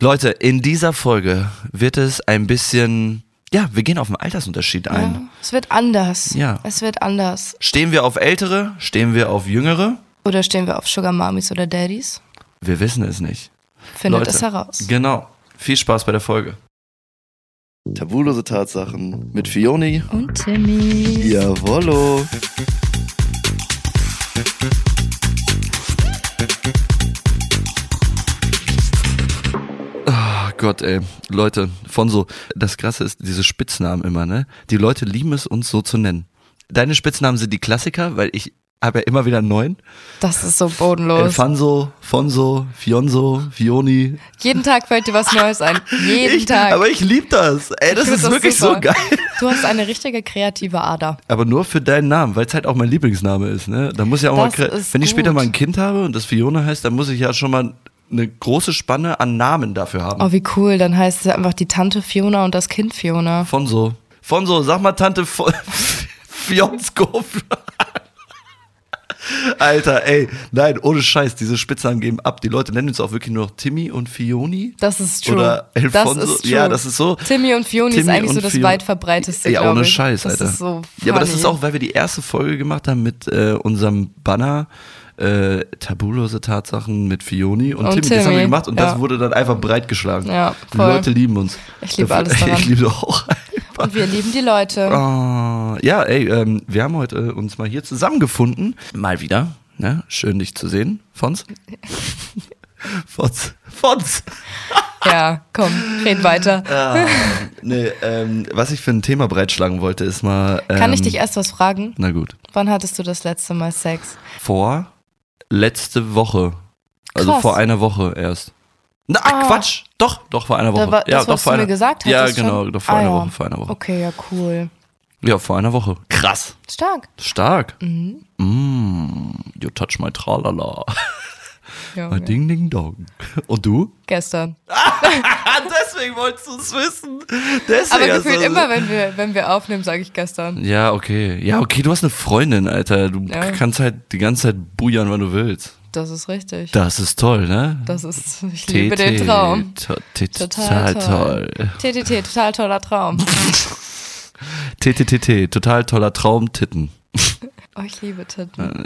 Leute, in dieser Folge wird es ein bisschen, ja, wir gehen auf den Altersunterschied ein. Ja, es wird anders. Ja. Es wird anders. Stehen wir auf Ältere? Stehen wir auf Jüngere? Oder stehen wir auf Sugar Mamis oder Daddies? Wir wissen es nicht. Findet Leute. es heraus. Genau. Viel Spaß bei der Folge. Tabulose Tatsachen mit Fioni. Und Timmy. Jawollo. Ah, Gott, ey. Leute, von so, das Krasse ist, diese Spitznamen immer, ne? Die Leute lieben es, uns so zu nennen. Deine Spitznamen sind die Klassiker, weil ich habe ja immer wieder einen neuen. Das ist so bodenlos. Elfanso, Fonso, Fionso, Fioni. Jeden Tag fällt dir was Neues ein. Jeden Ah, Ich, Tag. aber ich liebe das. Ey, das Ich find ist wirklich so super. geil. Du hast eine richtige kreative Ader. Aber nur für deinen Namen, weil es halt auch mein Lieblingsname ist. Ne? Da muss ja auch Das mal, kre- ist wenn ich später gut. mal ein Kind habe und das Fiona heißt, dann muss ich ja schon mal eine große Spanne an Namen dafür haben. Oh, wie cool. Dann heißt es einfach die Tante Fiona und das Kind Fiona. Fonso, Fonso, sag mal Tante Fo Fionsko. Alter, ey, nein, ohne Scheiß, diese Spitznamen geben ab. Die Leute nennen uns auch wirklich nur noch Timmy und Fioni. Das ist true. Oder Elfonso. Das ist true. Ja, das ist so. Timmy und Fioni ist Timmy eigentlich so und das Fion- weit verbreiteste. Ja, glaub ohne ich. Scheiß, das Alter. Ist so ja, aber das funny. ist auch, weil wir die erste Folge gemacht haben mit äh, unserem Banner äh, Tabulose Tatsachen mit Fioni und, Und Timmy. Das haben wir Timmy, gemacht und ja. das wurde dann einfach breitgeschlagen. Ja, die voll. Leute lieben uns. Ich liebe alles daran. Ich liebe auch einfach. Und wir lieben die Leute. Ah, ja, ey, ähm, wir haben heute äh, uns mal hier zusammengefunden. Mal wieder. Ne? Schön, dich zu sehen, Fons. Fons. Fons. Oh. Ja, komm, red weiter. Ah, nee, ähm, was ich für ein Thema breitschlagen wollte, ist mal. Ähm, Kann ich dich erst was fragen? Na gut. Wann hattest du das letzte Mal Sex? Vor letzte Woche. Also Krass. vor einer Woche erst. Na, Ah. Quatsch. Doch, doch vor einer Woche. Da war, ja, das, doch was vor du mir einer. gesagt hast. ja, genau, doch vor ah, einer ja. Woche, vor einer Woche. Okay, ja, cool. Ja, vor einer Woche. Krass. Stark. Stark. Mhm. Mm, you touch my tralala. Ja, My Ding, ding, dong. Und du? Gestern. Ah, deswegen wolltest du es wissen. Deswegen Aber hast du gefühlt das- immer, wenn wir, wenn wir aufnehmen, sage ich gestern. Ja, okay. Ja, okay, du hast eine Freundin, Alter. Du Ja. kannst halt die ganze Zeit bujern, wann du willst. Das ist richtig. Das ist toll, ne? Das ist, ich TT, liebe den Traum. to- t- Total Total toll. TTT, total toller Traum. TTTT, total toller Traum, Titten. Oh, ich liebe Titten.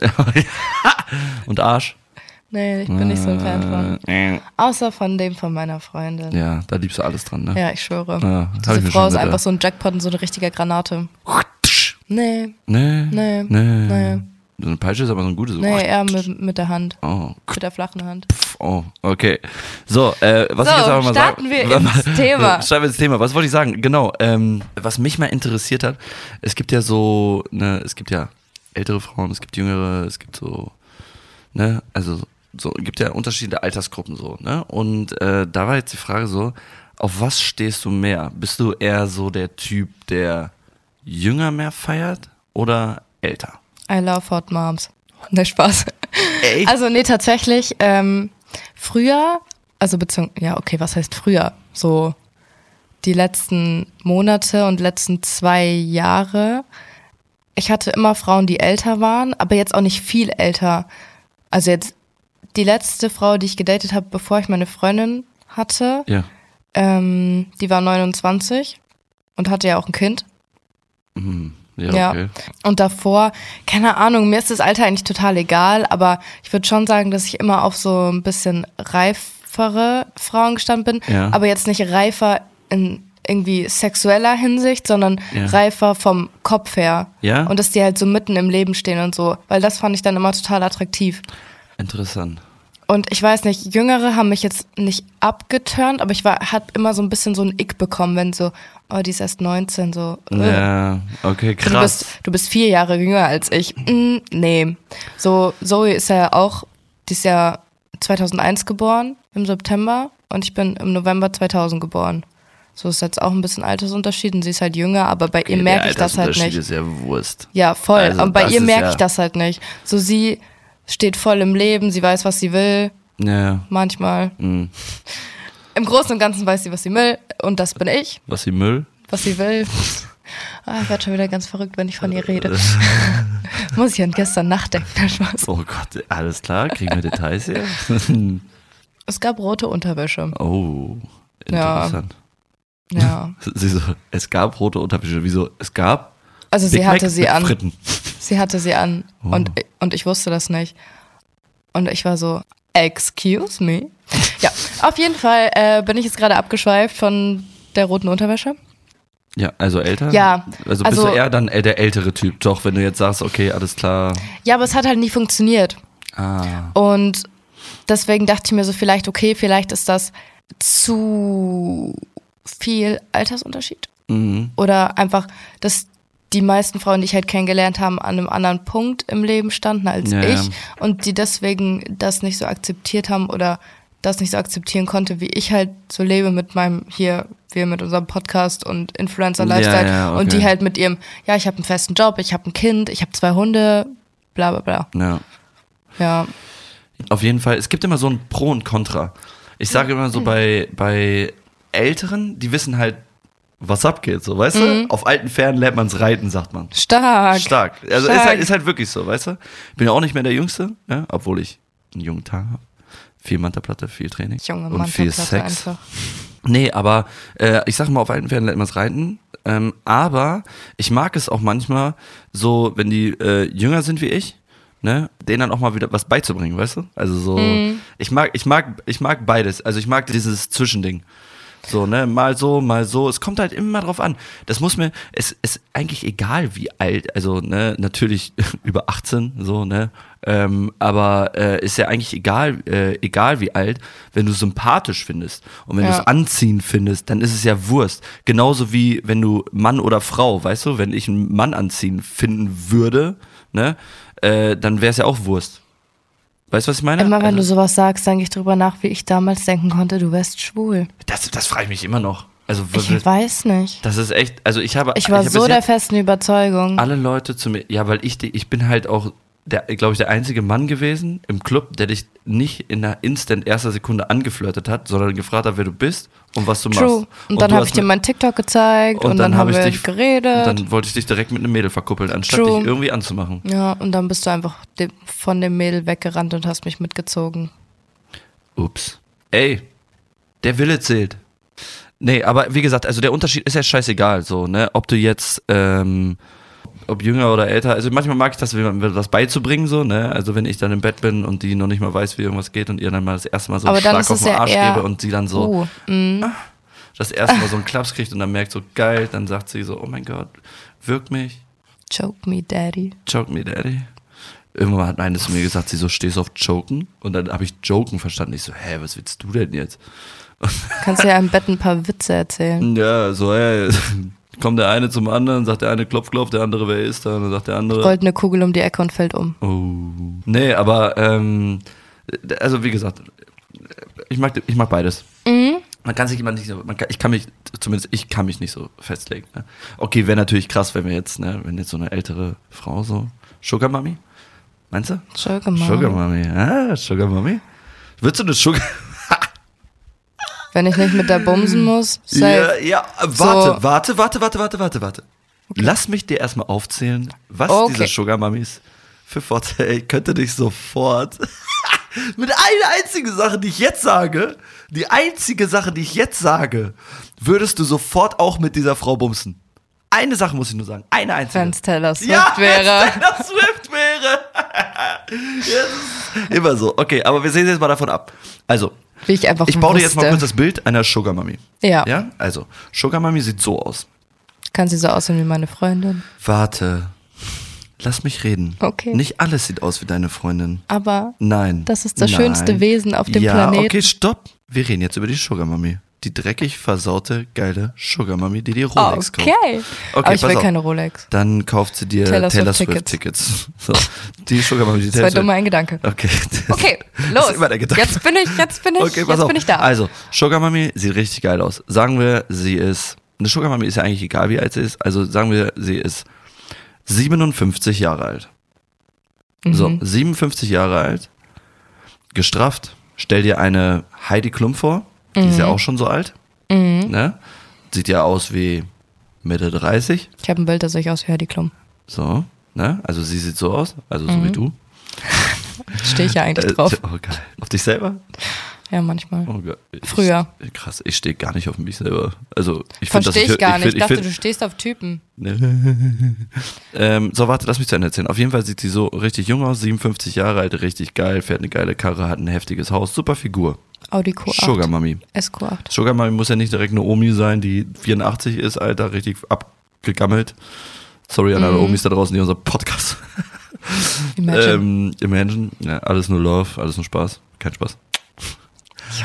Und Arsch. Nee, ich bin nicht so ein Fan von. Äh, Außer von dem von meiner Freundin. Ja, da liebst du alles dran, ne? Ja, ich schwöre. Ja, hab ich Diese mir Frau schon ist gedacht. einfach so ein Jackpot und so eine richtige Granate. Nee, Nee. Nee. Nee. Nee. So eine Peitsche ist aber so ein gutes. nee, eher mit, mit der Hand. Oh, Mit der flachen Hand. Oh, okay. So, äh, was So, ich jetzt aber mal starten sagen, wir ins Thema. Starten wir ins Thema. Was wollte ich sagen? Genau. Ähm, was mich mal interessiert hat, es gibt ja so, ne, es gibt ja ältere Frauen, es gibt jüngere, es gibt so, ne, also so gibt ja unterschiedliche Altersgruppen so, ne? Und äh, da war jetzt die Frage so, auf was stehst du mehr? Bist du eher so der Typ, der jünger mehr feiert oder älter? I love Hot Moms. Ne, Spaß. Echt? Also, nee, tatsächlich, ähm, früher, also beziehungsweise, ja, okay, was heißt früher? So die letzten Monate und letzten zwei Jahre. Ich hatte immer Frauen, die älter waren, aber jetzt auch nicht viel älter. Also jetzt die letzte Frau, die ich gedatet habe, bevor ich meine Freundin hatte, ja. ähm, die war 29 und hatte ja auch ein Kind. Mhm. Ja, Ja. okay. Und davor, keine Ahnung, mir ist das Alter eigentlich total egal, aber ich würde schon sagen, dass ich immer auf so ein bisschen reifere Frauen gestanden bin. Ja. Aber jetzt nicht reifer in irgendwie sexueller Hinsicht, sondern Ja. reifer vom Kopf her. Ja? Und dass die halt so mitten im Leben stehen und so. Weil das fand ich dann immer total attraktiv. Interessant. Und ich weiß nicht, Jüngere haben mich jetzt nicht abgeturnt, aber ich war, hat immer so ein bisschen so ein Ick bekommen, wenn so, oh, die ist erst 19, so. äh. Ja, okay, Du krass. bist, du bist vier Jahre jünger als ich. Mm, nee. So, Zoe ist ja auch, die ist ja 2001 geboren, im September. Und ich bin im November 2000 geboren. So ist jetzt auch ein bisschen Altersunterschied und sie ist halt jünger, aber bei ihr Der merke ich das halt Altersunterschied nicht. ist ja Wurst. Ja, voll. Also und bei das ihr ist merke ja- ich das halt nicht. So, sie steht voll im Leben, sie weiß, was sie will, Ja, manchmal. Hm. Im Großen und Ganzen weiß sie, was sie will. Und das bin ich, was wie Müll? was sie will. Ah, ich werde schon wieder ganz verrückt, wenn ich von ihr rede. Muss ich an gestern nachdenken, der Spaß. Oh Gott, alles klar, kriegen wir Details hier? Es gab rote Unterwäsche. Oh, Ja. interessant. Ja. Sie so, es gab rote Unterwäsche. Wieso? Es gab Also sie Big hatte Macs sie mit an. Fritten. Sie hatte sie an Oh. und, und ich wusste das nicht. Und ich war so, excuse me. Ja, auf jeden Fall äh, bin ich jetzt gerade abgeschweift von der roten Unterwäsche. Ja, also älter? Ja, Also bist also- du eher dann äh, der ältere Typ, doch, wenn du jetzt sagst, okay, alles klar. Ja, aber es hat halt nie funktioniert. Ah. Und deswegen dachte ich mir so, vielleicht, okay, vielleicht ist das zu viel Altersunterschied. Mhm. Oder einfach, dass die meisten Frauen, die ich halt kennengelernt haben, an einem anderen Punkt im Leben standen als Ja, ich ja. und die deswegen das nicht so akzeptiert haben oder das nicht so akzeptieren konnte, wie ich halt so lebe mit meinem hier, wir mit unserem Podcast und Influencer-Lifestyle Ja, ja, okay. und die halt mit ihrem, ja, ich habe einen festen Job, ich habe ein Kind, ich habe zwei Hunde, bla bla bla. Ja. Ja, Auf jeden Fall, es gibt immer so ein Pro und Contra. Ich sage immer Mhm. so bei, bei Älteren, die wissen halt, was abgeht, so, weißt du? Auf alten Pferden lernt man's reiten, sagt man. Mhm. stark. Stark. Also Stark. Ist, halt, ist halt wirklich so, weißt du? Ich bin ja auch nicht mehr der Jüngste, ja? obwohl ich einen jungen Tag habe. Viel Mantaplatte, viel Training Junge und Mann, viel Platte Sex. einfach. Nee, aber äh, ich sag mal, auf alten Pferden lernt man's reiten. Ähm, aber ich mag es auch manchmal so, wenn die äh, jünger sind wie ich, ne, denen dann auch mal wieder was beizubringen, weißt du? Also so, ich mag, ich mag, ich mag beides. Also ich mag dieses Zwischending. So, ne, mal so, mal so. Es kommt halt immer drauf an. Das muss mir, es ist eigentlich egal, wie alt, also, ne, natürlich über 18, so, ne, ähm, aber äh, ist ja eigentlich egal, äh, egal wie alt, wenn du sympathisch findest und wenn Ja. du es anziehend findest, dann ist es ja Wurst. Genauso wie wenn du Mann oder Frau, weißt du, wenn ich einen Mann anziehen finden würde, ne, äh, dann wäre es ja auch Wurst. Weißt du, was ich meine? Immer wenn Also- du sowas sagst, denke ich drüber nach, wie ich damals denken konnte, du wärst schwul. das, das frage ich mich immer noch. Also, Ich wirklich- weiß nicht. das ist echt, also ich habe Ich war habe so bis der jetzt festen Überzeugung. alle Leute zu mir, ja, weil ich die- ich bin halt auch der glaube ich der einzige Mann gewesen im Club, der dich nicht in der instant erster Sekunde angeflirtet hat, sondern gefragt hat, wer du bist und was du True. machst. Und dann du habe hast ich dir mit- mein TikTok gezeigt und, dann, hab haben wir Und geredet. dann wollte ich dich direkt mit einem Mädel verkuppeln, anstatt True. dich irgendwie anzumachen. ja, und dann bist du einfach de von dem Mädel weggerannt und hast mich mitgezogen. Ups. Ey, der Wille zählt. Nee, aber wie gesagt, also der Unterschied ist ja scheißegal, so, ne? Ob du jetzt, ähm, ob jünger oder älter, also manchmal mag ich das, jemandem was beizubringen, so, ne? Also wenn ich dann im Bett bin und die noch nicht mal weiß, wie irgendwas geht und ihr dann mal das erste Mal so einen Aber dann Schlag ist auf es den ja Arsch eher- gebe und sie dann so Ah. Uh, mm. das erste Mal so einen Klaps kriegt und dann merkt so, geil, dann sagt sie so, oh mein Gott, wirkt mich, Choke me, Daddy. choke me daddy. Irgendwann hat eine zu mir gesagt, sie so, stehst du auf Joken? Und dann habe ich Joken verstanden. Ich so, hä, was willst du denn jetzt? Kannst dir ja im Bett ein paar Witze erzählen. Ja, so, ey, kommt der eine zum anderen, sagt der eine Klopf, Klopf, der andere, wer ist da? Und dann sagt der andere. Rollt eine Kugel um die Ecke und fällt um. Oh. Nee, aber, ähm, also wie gesagt, ich mag, ich mag beides. Man kann sich immer nicht so, man kann, ich kann mich, zumindest ich kann mich nicht so festlegen. Ne? Okay, wäre natürlich krass, wenn wir jetzt, ne, wenn jetzt so eine ältere Frau so, Sugar Mami, meinst du? Sugar Mom. Sugar Mami, ah, Sugar Mami. Würdest du eine Sugar, Wenn ich nicht mit der bumsen muss, Ja, safe. ja, warte, So. warte, warte, warte, warte, warte, warte. Lass mich dir erstmal aufzählen, was Okay. diese Sugar Mummies für Vorteile. Ich könnte dich sofort mit einer einzigen Sache, die ich jetzt sage, die einzige Sache, die ich jetzt sage, würdest du sofort auch mit dieser Frau bumsen. Eine Sache muss ich nur sagen, eine einzige. Wenn's Taylor Swift ja, wäre. Wenn's Taylor Swift wäre. yes. Immer so. Okay, aber wir sehen jetzt mal davon ab. Also, Wie ich einfach ich baue dir jetzt wusste. mal kurz das Bild einer Sugar Mami. Ja. Ja, also Sugar Mami sieht so aus. Kann sie so aussehen wie meine Freundin. Warte. Lass mich reden. Okay. Nicht alles sieht aus wie deine Freundin. Aber Nein. Das ist das Nein. schönste Wesen auf dem ja, Planeten. Okay, stopp. Wir reden jetzt über die Sugar Mami. Die dreckig versaute, geile Sugar Mami, die dir Rolex okay. kauft. Aber ich pass will auf. keine Rolex. Dann kauft sie dir Taylor, Taylor Swift Swift Tickets. So. Die Sugar Mami, die Das Taylor war Swift. dumm ein Gedanke. Okay. Okay, Das los. Ist immer der Gedanke. Jetzt bin ich, jetzt bin ich, Okay, pass jetzt auf. bin ich da. Also, Sugar Mami sieht richtig geil aus. Sagen wir, sie ist. Eine Sugar Mami ist ja eigentlich egal, wie alt sie ist. Also sagen wir, sie ist 57 Jahre alt. Mhm. So, 57 Jahre alt, gestrafft. Stell dir eine Heidi Klum vor, die ist Mhm. ja auch schon so alt. Ne? Sieht ja aus wie Mitte 30. Ich habe ein Bild, das sehe ich aus wie Heidi Klum. So, ne? Also sie sieht so aus, also so wie du. Stehe ich ja eigentlich Äh, Mhm. drauf. Oh, geil. Auf dich selber? Ja, manchmal. Oh Gott. Ich, Früher. Krass, ich stehe gar nicht auf mich selber. Also ich finde Verstehe ich gar nicht. Ich Ich dachte, find, du stehst auf Typen. ähm, so, warte, lass mich zu Ende erzählen. Auf jeden Fall sieht sie so richtig jung aus, 57 Jahre alt, richtig geil, fährt eine geile Karre, hat ein heftiges Haus, super Figur. Audi Q8. Sugar Mami. SQ8. Sugar Mami muss ja nicht direkt eine Omi sein, die 84 ist, Alter, richtig abgegammelt. Sorry an alle Mhm. Omis da draußen, die unseren Podcast Imagine. Imagine. Ähm, Imagine. Ja, alles nur Love, alles nur Spaß. Kein Spaß.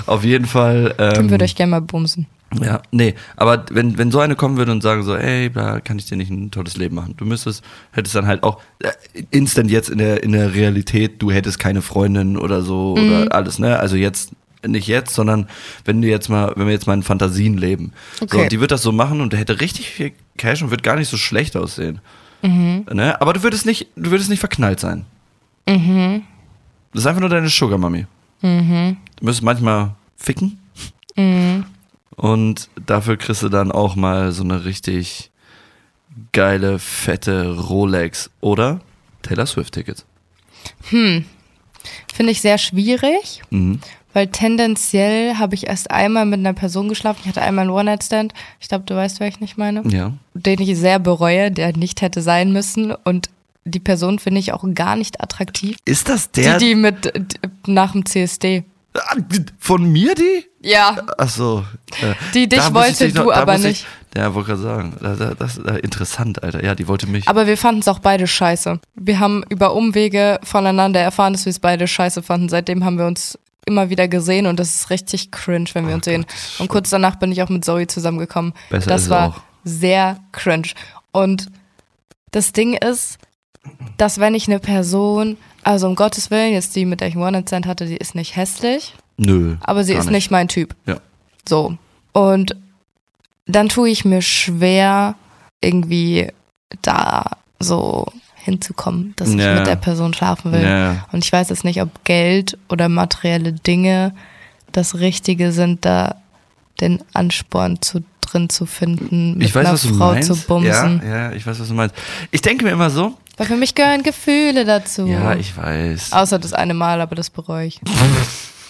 Auf jeden Fall. Tim Ähm, würde euch gerne mal bumsen. ja, nee, aber wenn, wenn so eine kommen würde und sagen so, ey, da kann ich dir nicht ein tolles Leben machen. Du müsstest, hättest dann halt auch äh, instant jetzt in der, in der Realität, du hättest keine Freundin oder so oder alles, ne? Also jetzt, nicht jetzt, sondern wenn du jetzt mal, wenn wir jetzt mal in Fantasien leben. So, Okay. und die wird das so machen und hätte richtig viel Cash und wird gar nicht so schlecht aussehen. Ne? Aber du würdest nicht, du würdest nicht verknallt sein. Das ist einfach nur deine Sugar Mami. Du müsstest manchmal ficken. Und dafür kriegst du dann auch mal so eine richtig geile, fette Rolex oder Taylor Swift-Ticket. Finde ich sehr schwierig, Mhm. weil tendenziell habe ich erst einmal mit einer Person geschlafen. Ich hatte einmal einen One-Night-Stand. Ich glaube, du weißt, wer ich nicht meine. Ja. Den ich sehr bereue, der nicht hätte sein müssen. Und die Person finde ich auch gar nicht attraktiv. Ist das Die, der die mit d- nach dem CSD. Ah, von mir die? Ja, Achso. Äh, Die dich da muss wollte noch- du da aber muss nicht. Ich, ja, wollte gerade sagen. Da- da- Das, ist, äh, interessant, Alter. Ja, die wollte mich. aber wir fanden es auch beide scheiße. Wir haben über Umwege voneinander erfahren, dass wir es beide scheiße fanden. Seitdem haben wir uns immer wieder gesehen und das ist richtig cringe, wenn wir uns sehen. Gott, das ist Und kurz danach bin ich auch mit Zoe zusammengekommen. Besser ist das es war auch. sehr cringe. Und das Ding ist, dass wenn ich eine Person, also um Gottes Willen, jetzt die, mit der ich einen One-Night-Stand hatte, die ist nicht hässlich, Nö. aber sie gar ist nicht. mein Typ. Ja. So. Und dann tue ich mir schwer, irgendwie da so hinzukommen, dass Ja. ich mit der Person schlafen will. Ja. Und ich weiß jetzt nicht, ob Geld oder materielle Dinge das Richtige sind, da den Ansporn zu, drin zu finden, mit Ich weiß, einer was du Frau meinst. zu bumsen. Ja, ja, ich weiß, was du meinst. Ich denke mir immer so. Weil für mich gehören Gefühle dazu. Ja, ich weiß. Außer das eine Mal, aber das bereue ich.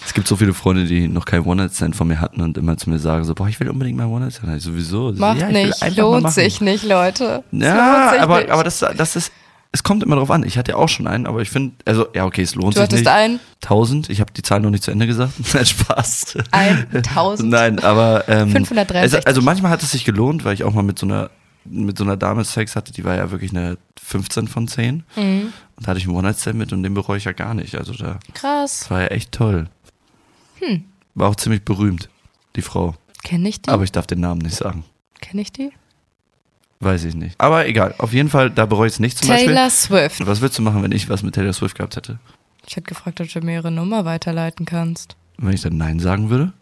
Es gibt so viele Freunde, die noch kein One-Night-Stand von mir hatten und immer zu mir sagen so, boah, ich will unbedingt mal One-Night-Stand. Ich Sowieso. Macht ja, ich will nicht, einfach mal lohnt machen. sich nicht, Leute. Es lohnt Ja, sich aber, nicht. aber das, das ist, es kommt immer drauf an. Ich hatte ja auch schon einen, aber ich finde, also, ja, okay, es lohnt du sich hattest nicht. einen, 1000, ich habe die Zahl noch nicht zu Ende gesagt. Nein, Spaß. 1000. Nein, aber ähm, 563. es- Also manchmal hat es sich gelohnt, weil ich auch mal mit so einer mit so einer Dame Sex hatte, die war ja wirklich eine 15 von 10 Mhm. und da hatte ich einen One-Night-Stand mit und den bereue ich ja gar nicht. Also da Krass. das war ja echt toll. War auch ziemlich berühmt, die Frau. Kenne ich Hm. die? Aber ich darf den Namen nicht sagen. Kenne ich die? Weiß ich nicht. Aber egal, auf jeden Fall, da bereue ich es nicht zum Taylor Swift. Beispiel. Was würdest du machen, wenn ich was mit Taylor Swift gehabt hätte? Ich hätte gefragt, ob du mir ihre Nummer weiterleiten kannst. Und wenn ich dann Nein sagen würde?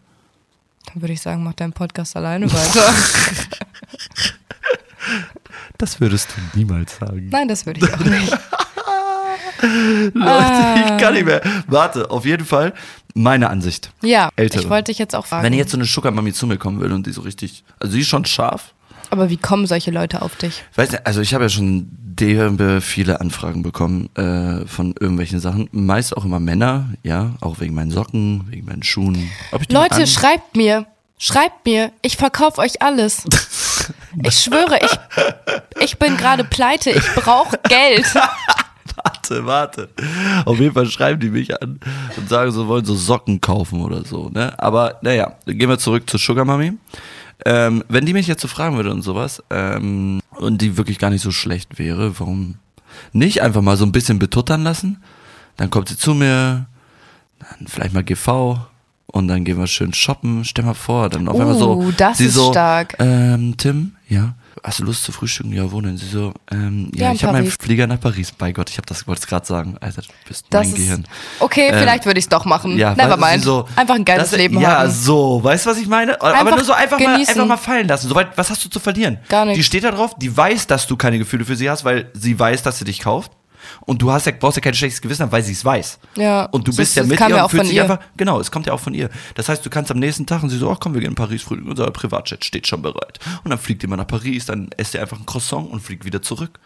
Dann würde ich sagen, mach deinen Podcast alleine weiter. Das würdest du niemals sagen. Nein, das würde ich auch nicht. Ah. Leute, ich kann nicht mehr. Warte, auf jeden Fall meine Ansicht. Ja, Ältere. ich wollte dich jetzt auch fragen. Wenn jetzt so eine Sugar Mami zu mir kommen würde und die so richtig, also die ist schon scharf. aber wie kommen solche Leute auf dich? Ich Weiß nicht, also ich habe ja schon derbe viele Anfragen bekommen äh, von irgendwelchen Sachen. Meist auch immer Männer, ja, auch wegen meinen Socken, wegen meinen Schuhen. Ob ich die mal Leute, an- schreibt mir. Schreibt mir. Ich verkaufe euch alles. Ich schwöre, ich, ich bin gerade pleite. Ich brauche Geld. Warte, warte. Auf jeden Fall schreiben die mich an und sagen, sie wollen so Socken kaufen oder so. Ne? Aber naja, gehen wir zurück zu Sugar Mami. Ähm, wenn die mich jetzt so fragen würde und sowas ähm, und die wirklich gar nicht so schlecht wäre, warum nicht einfach mal so ein bisschen betuttern lassen? Dann kommt sie zu mir, dann vielleicht mal GV und dann gehen wir schön shoppen. Stell mal vor, dann auf einmal so. Uh, das sie ist so, stark. Ähm, Tim, ja. Hast du Lust zu frühstücken? Ja, wo denn? Sie so, ähm, ja, Ja, in ich habe meinen Paris. Flieger nach Paris. Bei Gott, ich habe das wollte es gerade sagen. Alter, du bist Das mein ist, Gehirn. Okay, Äh, vielleicht würde ich es doch machen. Ja, weißt du, sie Nevermind. So, Einfach ein geiles das, Leben ja, haben. so, weißt du, was ich meine? Aber Einfach nur so einfach mal, genießen. einfach mal fallen lassen. Soweit, was hast du zu verlieren? Gar nichts. Die steht da drauf, die weiß, dass du keine Gefühle für sie hast, weil sie weiß, dass sie dich kauft. Und du hast ja, brauchst ja kein schlechtes Gewissen haben, weil sie es weiß. Ja, Und du das- bist ja das mit kam ihr ja und auch fühlst von dich ihr. einfach. Genau, es kommt ja auch von ihr. Das heißt, du kannst am nächsten Tag und sie so, ach komm, wir gehen in Paris früh, unser Privatjet steht schon bereit. Und dann fliegt ihr mal nach Paris, dann esst ihr einfach ein Croissant und fliegt wieder zurück.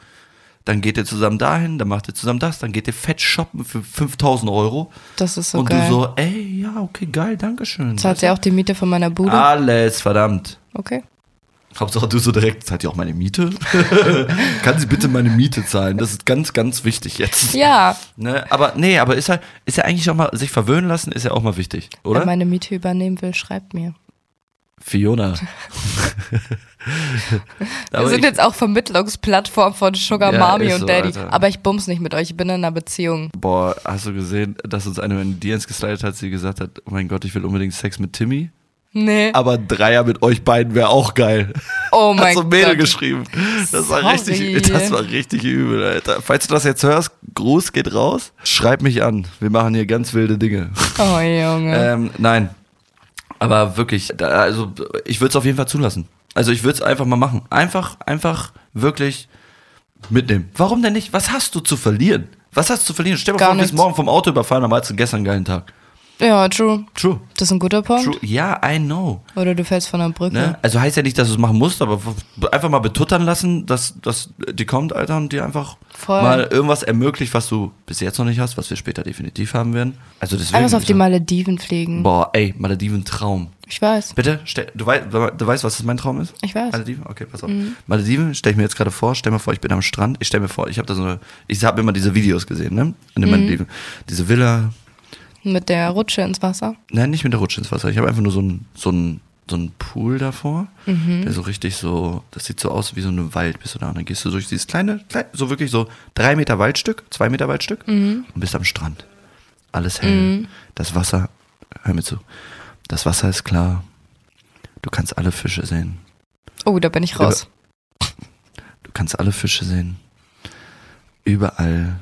dann geht ihr zusammen dahin, dann macht ihr zusammen das, dann geht ihr fett shoppen für 5000 Euro. Das ist so und geil. du so, ey, ja, okay, geil, Dankeschön. Zahlt sie auch die Miete von meiner Bude? Ah. Alles, verdammt. Okay. Hauptsache du so direkt, zahlt ihr auch meine Miete? Kann sie bitte meine Miete zahlen? Das ist ganz, ganz wichtig jetzt. Ja, Ne? Aber nee, aber ist ja, ist ja eigentlich auch mal, sich verwöhnen lassen, ist ja auch mal wichtig, oder? wer meine Miete übernehmen will, schreibt mir. Fiona. Wir sind jetzt auch Vermittlungsplattform von Sugar Ja, Mami ist und so, Daddy. Alter. Aber ich bums nicht mit euch, ich bin in einer Beziehung. Boah, hast du gesehen, dass uns eine in die DMs geslidet hat, sie gesagt hat, oh mein Gott, ich will unbedingt Sex mit Timmy. Nee. Aber ein Dreier mit euch beiden wäre auch geil. oh hat mein so ein Mädel Gott. geschrieben. Das war, Sorry. richtig, das war richtig übel, Alter. Falls du das jetzt hörst, Gruß geht raus. Schreib mich an. Wir machen hier ganz wilde Dinge. Oh Junge. Ähm, nein. Aber wirklich, da, also ich würde es auf jeden Fall zulassen. Also ich würde es einfach mal machen. Einfach, einfach wirklich mitnehmen. Warum denn nicht? Was hast du zu verlieren? Was hast du zu verlieren? Stell dir mal Gar vor, du bist nichts. morgen vom Auto überfahren, aber hattest du gestern einen geilen Tag. ja, true. True. Das ist ein guter Punkt. Äh. True. Ja, I know. Oder du fällst von der Brücke. Ne? Also heißt ja nicht, dass du es machen musst, aber w- einfach mal betuttern lassen, dass, dass die kommt, Alter, und dir einfach Voll. mal irgendwas ermöglicht, was du bis jetzt noch nicht hast, was wir später definitiv haben werden. Also deswegen. Einfach auf die ich sag, Malediven fliegen. Boah, ey, Malediven Traum. Ich weiß. Bitte, stell, du, weißt, du weißt, was das mein Traum ist? Ich weiß. Mhm. Malediven? Okay, pass auf. Malediven stell ich mir jetzt gerade vor, stell mir vor, ich bin am Strand, ich stell mir vor, ich habe da so eine, ich habe immer diese Videos gesehen, ne? In Mhm. den Malediven. Diese Villa, Mit der Rutsche ins Wasser. nein, nicht mit der Rutsche ins Wasser, ich habe einfach nur so einen so einen- so einen Pool davor, der so richtig so, das sieht so aus wie so ein Wald, bist du da und dann gehst du durch dieses kleine, klein- so wirklich so drei Meter Waldstück, zwei Meter Waldstück und bist am Strand. Alles hell, das Wasser, hör mir zu, das Wasser ist klar, du kannst alle Fische sehen. Oh, da bin ich raus. Du kannst alle Fische sehen. Überall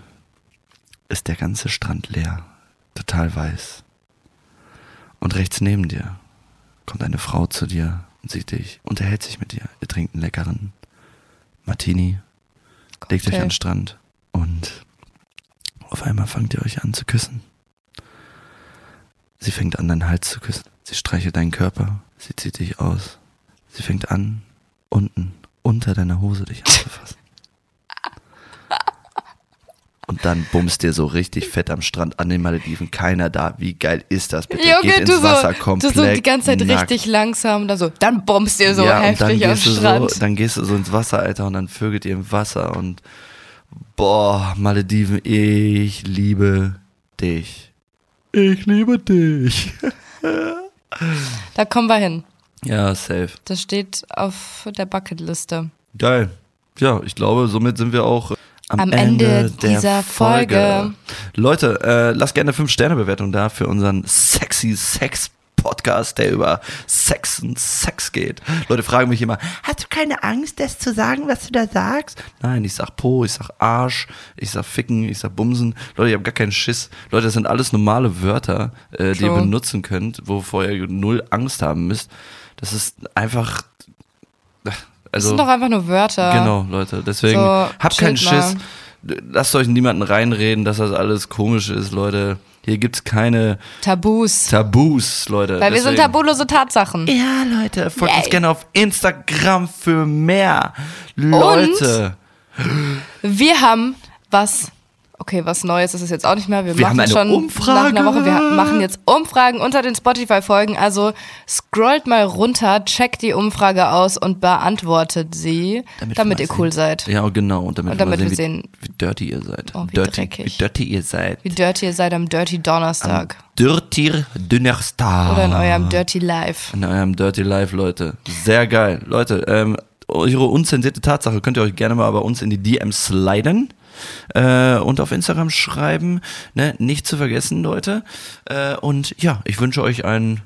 ist der ganze Strand leer, total weiß. Und rechts neben dir kommt eine Frau zu dir und sieht dich, unterhält sich mit dir. Ihr trinkt einen leckeren Martini, legt euch an den Strand und auf einmal fangt ihr euch an zu küssen. Sie fängt an, deinen Hals zu küssen. Sie streichelt deinen Körper. Sie zieht dich aus. Sie fängt an, unten, unter deiner Hose dich anzufassen. Und dann bummst dir so richtig fett am Strand an den Malediven. Keiner da. Wie geil ist das bitte? Geht Junge, ins du so, Wasser du komplett so die ganze Zeit nackt. richtig langsam, da so, dann bombst ihr so heftig am gehst du Strand. So, dann gehst du so ins Wasser, Alter, und dann vögelt ihr im Wasser und boah, Malediven, ich liebe dich. Ich liebe dich. da kommen wir hin. Ja, safe. Das steht auf der Bucketliste. Geil. Ja, ich glaube, somit sind wir auch äh, am, Am Ende, Ende der dieser Folge. Leute, äh, lasst gerne 5-Sterne-Bewertung da für unseren sexy Sex. Podcast, der über Sex und Sex geht. Leute fragen mich immer, hast du keine Angst, das zu sagen, was du da sagst? Nein, ich sag Po, ich sag Arsch, ich sag Ficken, ich sag Bumsen. Leute, ich hab gar keinen Schiss. Leute, das sind alles normale Wörter, äh, die ihr True. benutzen könnt, wovor ihr null Angst haben müsst. Das ist einfach, Das also. sind doch einfach nur Wörter. Genau, Leute. Deswegen Äh, So, habt keinen chillt mal. Schiss. Lasst euch niemanden reinreden, dass das alles komisch ist, Leute. Hier gibt's keine Tabus. Tabus, Leute. Weil wir sind Deswegen- tabulose Tatsachen. Ja, Leute. Folgt uns Yay. gerne auf Instagram für mehr. Leute. Wir haben was. Okay, was Neues ist es jetzt auch nicht mehr. Wir, Wir haben machen eine schon nach Umfrage. einer Woche. Wir machen jetzt Umfragen unter den Spotify-Folgen. Also scrollt mal runter, checkt die Umfrage aus und beantwortet sie, damit, wir ihr mal cool sehen- seid. Ja, genau. Und damit, Und damit wir, mal wir sehen, wie, wie dirty ihr seid. Oh, wie dirty, dreckig. Wie dirty ihr seid. Wie dirty ihr seid am Dirty Donnerstag Dirty Dünnerstar. oder in eurem Dirty Life. In eurem Dirty Life, Leute. Sehr geil. Leute, ähm, eure unzensierte Tatsache könnt ihr euch gerne mal bei uns in die DMs sliden. Äh, und auf Instagram schreiben. Ne? Nicht zu vergessen, Leute. Äh, und ja, ich wünsche euch einen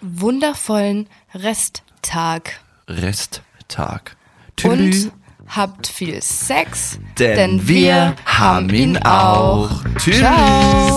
Wundervollen Resttag. Resttag. Und habt viel Sex, denn, wir haben ihn auch. Tschüss. Ciao.